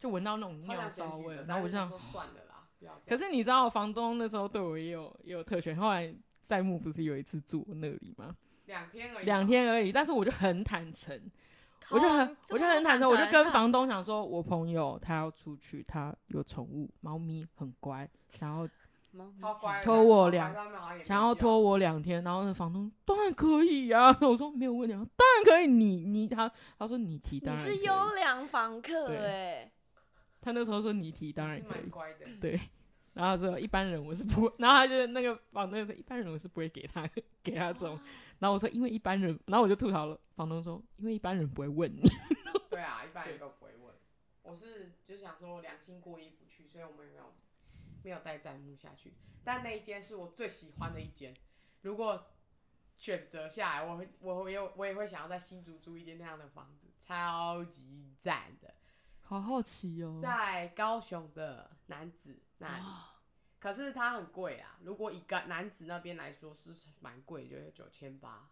F: 就闻到那种
D: 超
F: 尿
D: 想
F: 骚
D: 检举
F: 味
D: 的，，
F: 然后我就这
D: 想
F: 样
D: 说。算了啦，不要这
F: 可
D: 样。
F: 是你知道，房东那时候对我也有也有特权，后来。在木不是有一次住我那里吗？
D: 两天而已，
F: 两天而已，但是我就很坦诚，我就很我就很坦诚，我啊就跟房东讲说，我朋友他要出去，他有宠物，猫咪很乖，然后
B: 猫咪
D: 超乖的，
F: 拖我
D: 超乖
F: 两
D: 他们好像也没
F: 想要
D: 救
F: 拖我两天，然后那房东当然可以啊， *laughs* 我说没有问题，啊，当然可以，你你他他说你提当
B: 你
F: 然可
B: 是
F: 以，
B: 优良房客
F: 对
B: 哎，
F: 他那时候说你提当然
D: 是
F: 可
D: 蛮
F: 以，
D: 乖的。
F: 对，然后他说一般人我是不，然后他就那个房东说一般人我是不会给他 *laughs* 给他这种，然后我说因为一般人，然后我就吐槽了，房东说因为一般人不会问你，
D: 对啊，一般人都不会问。我是就想说良心过意不去，所以我们没有没有带战木下去。但那一间是我最喜欢的一间，如果选择下来，我会我也我也会想要在新竹租一间那样的房子，超级赞的，
F: *laughs* 好好奇哦，
E: 啊
D: 在高雄的男子那里。可是它很贵啊，如果以个男子那边来说是蛮贵，就九千八。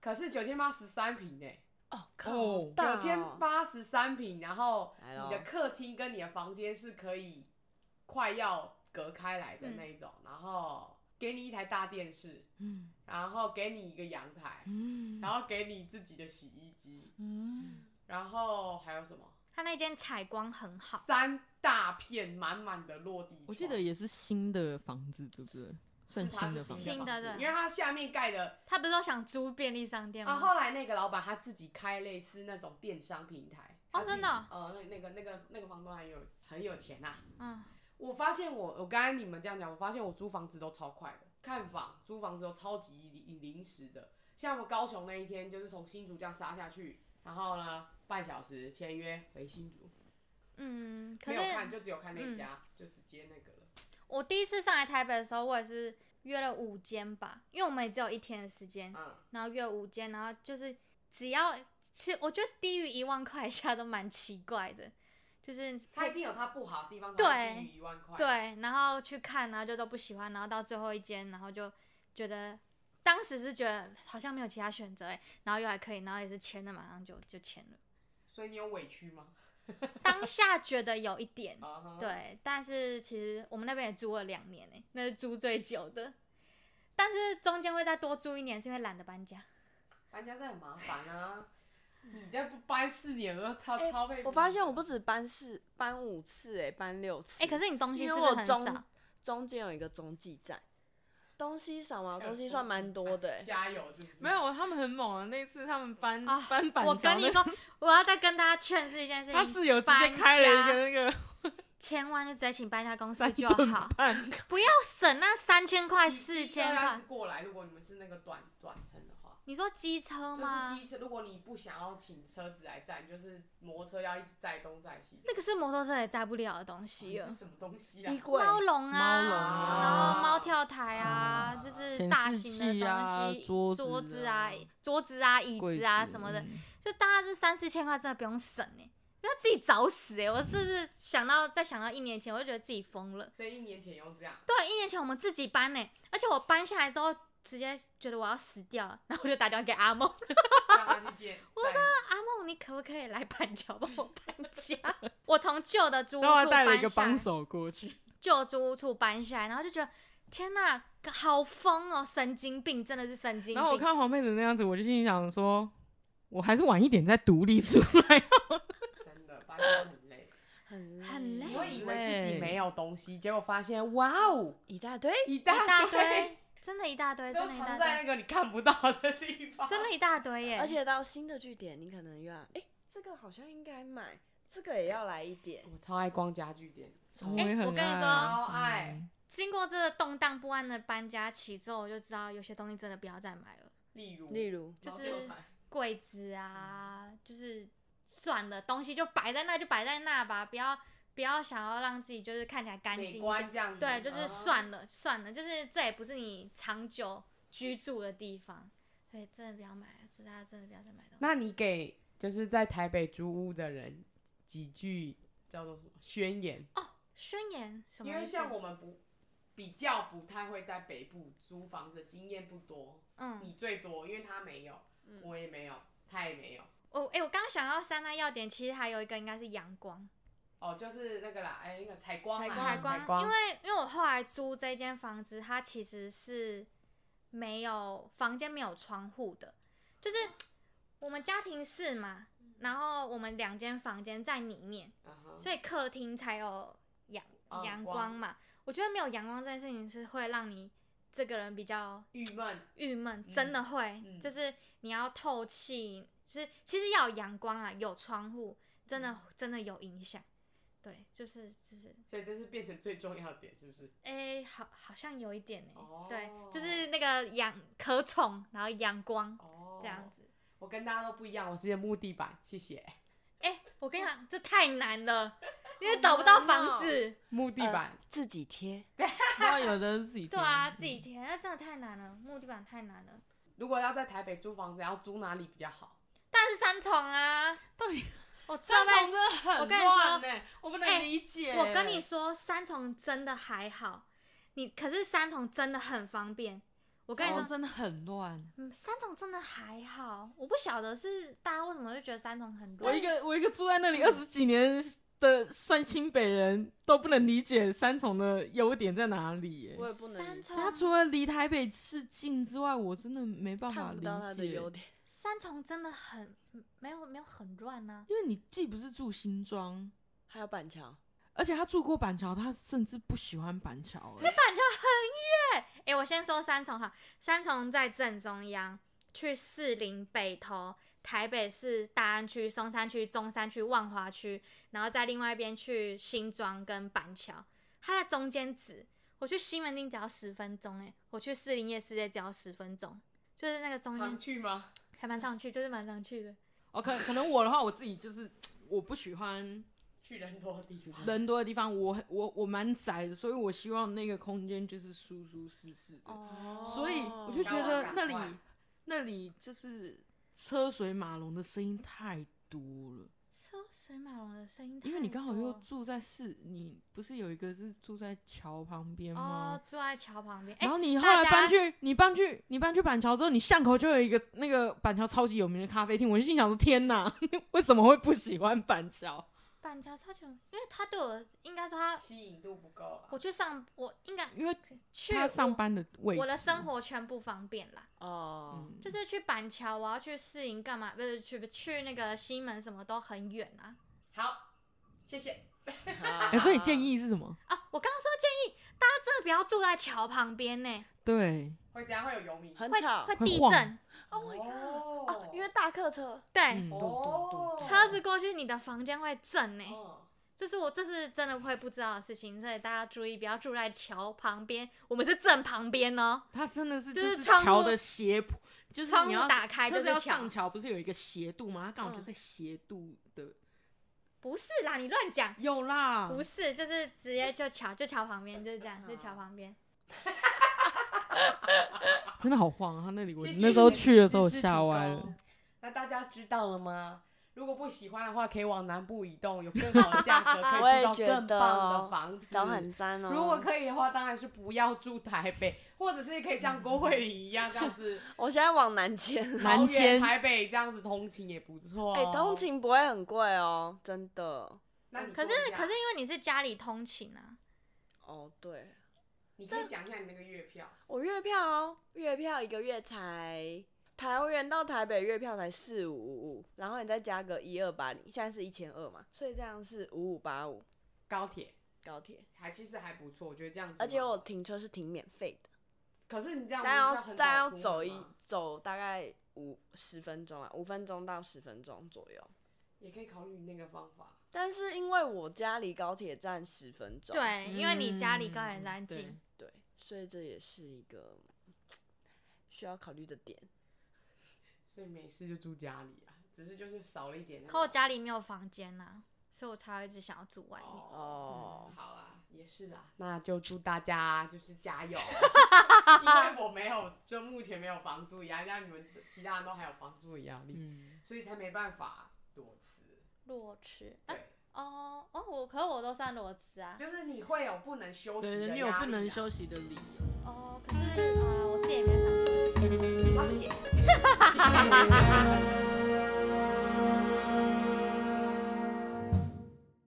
D: 可是九千八十三平呢，
B: 哦靠，好大
D: 九千
B: 哦
D: 八十三平，然后
B: 来咯
D: 你的客厅跟你的房间是可以快要隔开来的那一种，然后给你一台大电视，
F: 嗯
D: 然后给你一个阳台，
F: 嗯
D: 然后给你自己的洗衣机，
F: 嗯，
D: 然后还有什么？
E: 他那间采光很好，
D: 三大片满满的落地窗，
F: 我记得也是新的房子对不对？
D: 是
F: 算
D: 它是
F: 的
D: 的
F: 房子
E: 新
D: 房
F: 吧，
E: 的
D: 子
E: 对
D: 因为它下面盖的
E: 他不是说想租便利商
F: 嗯
E: 店
D: 啊，
E: 吗？哦
D: 后来那个老板他自己开类似那种电商平台，
E: 哦
D: 他自己
E: 真的哦
D: 呃，那那个那个那个房东很有很有钱啊，
E: 嗯，
D: 我发现我我刚才你们这样讲，我发现我租房子都超快的，看房租房子都超级临临时的。像我们高雄那一天，就是从新竹这样杀下去，然后呢半小时签约回新竹，
E: 嗯，可
D: 没有看
E: 是
D: 就只有看那
B: 嗯
D: 一家，就直接那个了。
E: 我第一次上来台北的时候，我也是约了五间吧，因为我们也只有一天的时间，
D: 嗯，
E: 然后约五间，然后就是只要其实我觉得低于一万块以下都蛮奇怪的，就是
D: 它一定有它不好的地方，
E: 对
D: 它低于一万块。，
E: 对，然后去看，然后就都不喜欢，然后到最后一间，然后就觉得当时是觉得好像没有其他选择哎，然后又还可以，然后也是签了，马上就就签了。
D: 所以你有委屈吗？
E: 当下觉得有一
B: *laughs*
E: 点，
B: 哦
D: 啊哈，
E: 对，但是其实我们那边也租了两年哎，那是租最久的，但是中间会再多租一年，是因为懒得搬家。
D: 搬家真的很麻烦啊。你再不搬四年了，超
B: 哎
D: 超被、
B: 我发现我不止搬四搬五次哎，搬六次
E: 哎、可是你东西
B: 因
E: 是
B: 为
E: 不是
B: 我
E: 很
B: 中
E: 少？
B: 中间有一个中继站，东西少吗？
D: 还有
B: 东西算蛮多的、欸，
D: 加油是不是？
F: 没有，他们很猛啊！那次他们搬
E: 啊
F: 搬板桥，
E: 我跟你，说，我要再跟大家劝示一件事
F: 他
E: 情，
F: 室友直接开了一个那个
E: 千万就直接请搬家公司
F: 三
E: 就
F: 顿 *laughs*
E: 好，
F: 饭，
E: 不要省那三千块、
D: 机
E: 四
D: 机车
E: 千
D: 要
E: 块
D: 是。过来，如果你们是那个短短程的话，
E: 你说机车
D: 就是
E: 吗？
D: 机车，如果你不想要请车子来载，你就是摩托车要一直载东载西。
E: 这个是摩托车也载不了的东西
D: 你
E: 了
D: 是。什么东西
B: 衣
D: 啊？
B: 柜
E: 猫笼啊，
F: 哦猫笼
D: 啊
E: 然后猫跳台啊，
D: 啊
E: 就是
F: 显
E: 大
F: 示
E: 型的东
F: 器
E: 西，
F: 啊桌子
E: 子啊
F: 啊、
E: 桌子啊、椅
F: 柜
E: 子啊什么的，
F: 嗯
E: 就大家这三四千块真的不用省哎、不要自己找死哎、我是不是想到再想到一年前，我就觉得自己疯了。
D: 所以一年前用这样，
E: 对，一年前我们自己搬呢、而且我搬下来之后，直接觉得我要死掉了，然后我就打电话给阿梦，
D: 让他去
E: *laughs*
D: 接。我说
E: 阿梦，你可不可以来板桥帮我搬家？ *laughs* 我从旧的租屋
F: 然后还
E: 处
F: 带了一个
E: 搬下
F: 帮
E: 来。
F: 手过去，
E: 旧租屋处搬下来，然后就觉得天呐，好疯哦，神经病，真的是神经病。
F: 然后我看到黄佩子那样子，我就心里想说，我还是晚一点再独立出来。
D: 真的，搬家很
E: *laughs*
D: 累。
B: 很
E: 很累
D: 你会以为自己没有东西，结果发现哇哦，
B: 一大堆。
D: 一
E: 一大
D: 堆，
E: 堆，真的一大堆，真
D: 都
E: 的一大
D: 藏在那
E: 堆，
D: 个你看不到的地方。
E: 真的一大堆耶！
B: 而且到新的据点，你可能又要，哎、这个好像应该买，这个也要来一点。
D: 我超爱逛家具店，
E: 哎
F: 也很
E: 我跟你
F: 爱
E: 说
D: 超爱，
F: 嗯
E: 经过这个动荡不安的搬家期之后，我就知道有些东西真的不要再买了，
D: 例如
B: 例如，
E: 就是柜子啊，就是算了，东西就摆在那就摆在那吧，不要不要想要让自己就是看起来干净
D: 美
E: 一
D: 观
E: 点。
D: 这样子，
E: 对，就是
D: 嗯
E: 算了算了，就是这也不是你长久居住的地方，所以真的不要买了，大家真的不要再买东西。
D: 那你给就是在台北租屋的人几句叫做什么宣言？
E: 宣言什么
D: 因
E: 意思？
D: 为像我们不比较不太会在北部租房子，经验不多，
E: 嗯，
D: 你最多，因为他没有，
B: 嗯
D: 我也没有，他也没有。
E: 我哎、我刚刚想到三大要点，其实还有一个应该是阳光，
D: 哦，就是那个啦，哎、那个采光
B: 采
D: 嘛，
B: 光
E: 采
D: 光，
E: 光，因为因为我后来租这间房子，它其实是没有房间没有窗户的，就是我们家庭式嘛，然后我们两间房间在里面，
D: 嗯哼
E: 所以客厅才有阳
D: 哦
E: 阳
D: 光
E: 光嘛。我觉得没有阳光这件事情是会让你这个人比较
D: 郁闷，
E: 郁闷，
D: 嗯
E: 真的会，
D: 嗯
E: 就是你要透气，就是其实要有阳光啊，有窗户，
D: 嗯
E: 真的真的有影响。对，就是就是，
D: 所以这是变成最重要的点，是不是？
E: 哎、好好像有一点哎、
D: 哦
E: 对，就是那个阳可宠，然后阳光
D: 哦，
E: 这样，子。
D: 我跟大家都不一样，我是有木地板，谢谢。
E: 哎、我跟你
D: 哦
E: 讲，这太难了，因为找不到房子。
D: 木地板，
B: 自己贴，
F: 然后有的是自己
E: 对啊，自己填，那真的太难了，木地板太难了。
D: 如果要在台北租房子，要租哪里比较好？
E: 但是三重啊，
F: 到底
E: *laughs* 我这
F: 三重
E: 辈
F: 真的很
E: 我跟你
F: 乱呢，我不
E: 哎
F: 能理解。欸
E: 我跟你说，三重真的还好，你可是三重真的很方便。我
F: 我
E: 跟你说，
F: 哦真的很乱。
E: 嗯，三重真的还好，我不晓得是大家为什么会觉得三重很
F: 我
E: 乱
F: 一。个我一个住在那里二十几年的算清北人都不能理解三重的优点在哪里耶。
B: 我也不能
E: 三
B: 理解，
E: 重
F: 它除了离台北市近之外，我真的没办法
B: 看
F: 理
B: 不
F: 解
B: 到。它的优点。
E: 三重真的很没有没有很乱啊呐、
F: 因为你既不是住新庄，
B: 还有板桥，
F: 而且他住过板桥，他甚至不喜欢板桥。哎
E: 板桥很远。哎、我先说三重哈，三重在正中央，去士林北投。台北市大安区、松山区、中山区、万华区，然后在另外一边去新庄跟板桥，它在中间值。我去西门町只要十分钟，哎，我去士林夜市也只要十分钟，就是那个中
D: 常
E: 间
D: 去吗？
E: 还蛮常去，就是蛮常去的。
F: *laughs* 哦，可可能我的话，我自己就是我不喜欢
D: 去人多的地方。
F: 人多的地方，我我我蛮宅的，所以我希望那个空间就是舒舒适适的。
E: 哦
F: 所以我就觉
B: 啊
F: 得那
D: 赶快赶
F: 里
D: 快
F: 那里就是车水马龙的声音太多了，
E: 车水马龙的声音太多，
F: 因为你刚好又住在市，你不是有一个是住在桥旁边吗
E: 哦？，住在桥旁边，哎、
F: 然后你后
E: 大
F: 来
E: 家
F: 搬去，你搬去，你搬去板桥之后，你巷口就有一个那个板桥超级有名的咖啡厅，我就心想说：天哪， *laughs* 为什么会不喜欢板桥？
E: 板桥超久，因为他对我应该说他，
D: 吸引度不够了。
E: 我去上我应该
F: 因为
E: 去
F: 他
E: 我
F: 上班的位置，
E: 我的生活圈不方便啦，
B: 哦，
F: 嗯
E: 就是去板桥，我要去市营干嘛？不是去去那个西门什么都很远啊。
D: 好，谢谢。
F: 哎、所以建议是什么？
E: 啊，我刚刚说建议大家真的不要住在桥旁边呢，
F: 对，
D: 会怎样？会有游民？
B: 很
E: 会
B: 吵。
E: 会
F: 会
E: 地
F: 晃
E: 震，
B: Oh my god！
D: 哦
B: 啊，因为大客车
E: 对，
F: 嗯，对对对。
D: 哦
E: 车子过去你的房间会震呢，
D: 哦
E: 这是我这是真的会不知道的事情，所以大家注意不要住在桥旁边，我们是正旁边哦，
F: 它真的是
E: 就是是窗户
F: 桥的斜坡，就是
E: 窗
F: 你
E: 户
F: 要
E: 打开
F: 车
E: 就
F: 子要
E: 是
F: 上
E: 桥，
F: 桥，不是有一个斜度吗？它刚好就
B: 嗯
F: 在斜度的，
E: 不是啦，你乱讲。
F: 有啦，
E: 不是，就是直接就桥，就桥旁边，就是这样，
D: 好
E: 就桥旁边。
F: 真的好晃啊！它那里我
D: 谢谢
F: 那时候去的时候我
D: 知识提
F: 吓歪
D: 供
F: 了，。
D: 那大家知道了吗？如果不喜欢的话，可以往南部移动，有更好的价格，可
B: *laughs* 我
D: 以
B: 也
D: 住到
B: 觉得
D: 更棒的房子。
B: 都很赞哦。
D: 如果可以的话，当然是不要住台北，或者是可以像郭慧玲一样这样子，
B: 我现在往 *laughs* 南
D: *laughs*
B: 迁，
D: 桃
F: 南
D: 园
F: 迁
D: 台北这样子通勤也不错。
B: 哎，通，勤不会很贵哦，真的。
D: 那你说
E: 可是
D: 一下
E: 可是因为你是家里通勤啊，
B: 哦，对，
D: 你可以讲一下你那个月票，
B: 我月票哦，月票一个月才桃园到台北月票才四五五五，然后你再加个一二八零，现在是一千二嘛，所以这样是五五八五
D: 高铁
B: 高铁，
D: 还其实还不错，我觉得这样子。
B: 而且我，停车是停免费的，
D: 可是你这样不
B: 但
D: 是
B: 要
D: 很早
B: 但要
D: 出门
B: 走一
D: 吗
B: 走大概五十分钟啊，五分钟到十分钟左右。
D: 也可以考虑那个方法。
B: 但是因为我家离高铁站十分钟，
E: 对，因为你家离高铁
F: 嗯
E: 站
F: 对
E: 近。
B: 对，所以这也是一个需要考虑的点。
D: 所以没事就住家里啊，只是就是少了一点那种。
E: 可我家里没有房间呐、啊所以我才会一直想要住外面。
B: 哦
D: 哦，好啦，也是啦，那就祝大家就是加油，因为我没有，就目前没有房租压力，像你们其他人都还有房租的压力，
F: 嗯，
D: 所以才没办法裸辞。
E: 裸辞？啊
D: 对，
E: 哦哦，我可是我都算裸辞啊。
D: 就是你会有不能休息的压
F: 对，你
D: 力、啊
F: 有不能，休息的理由。
E: 啊哦，可是呃，我自己也没有想休息。
D: 好谢谢。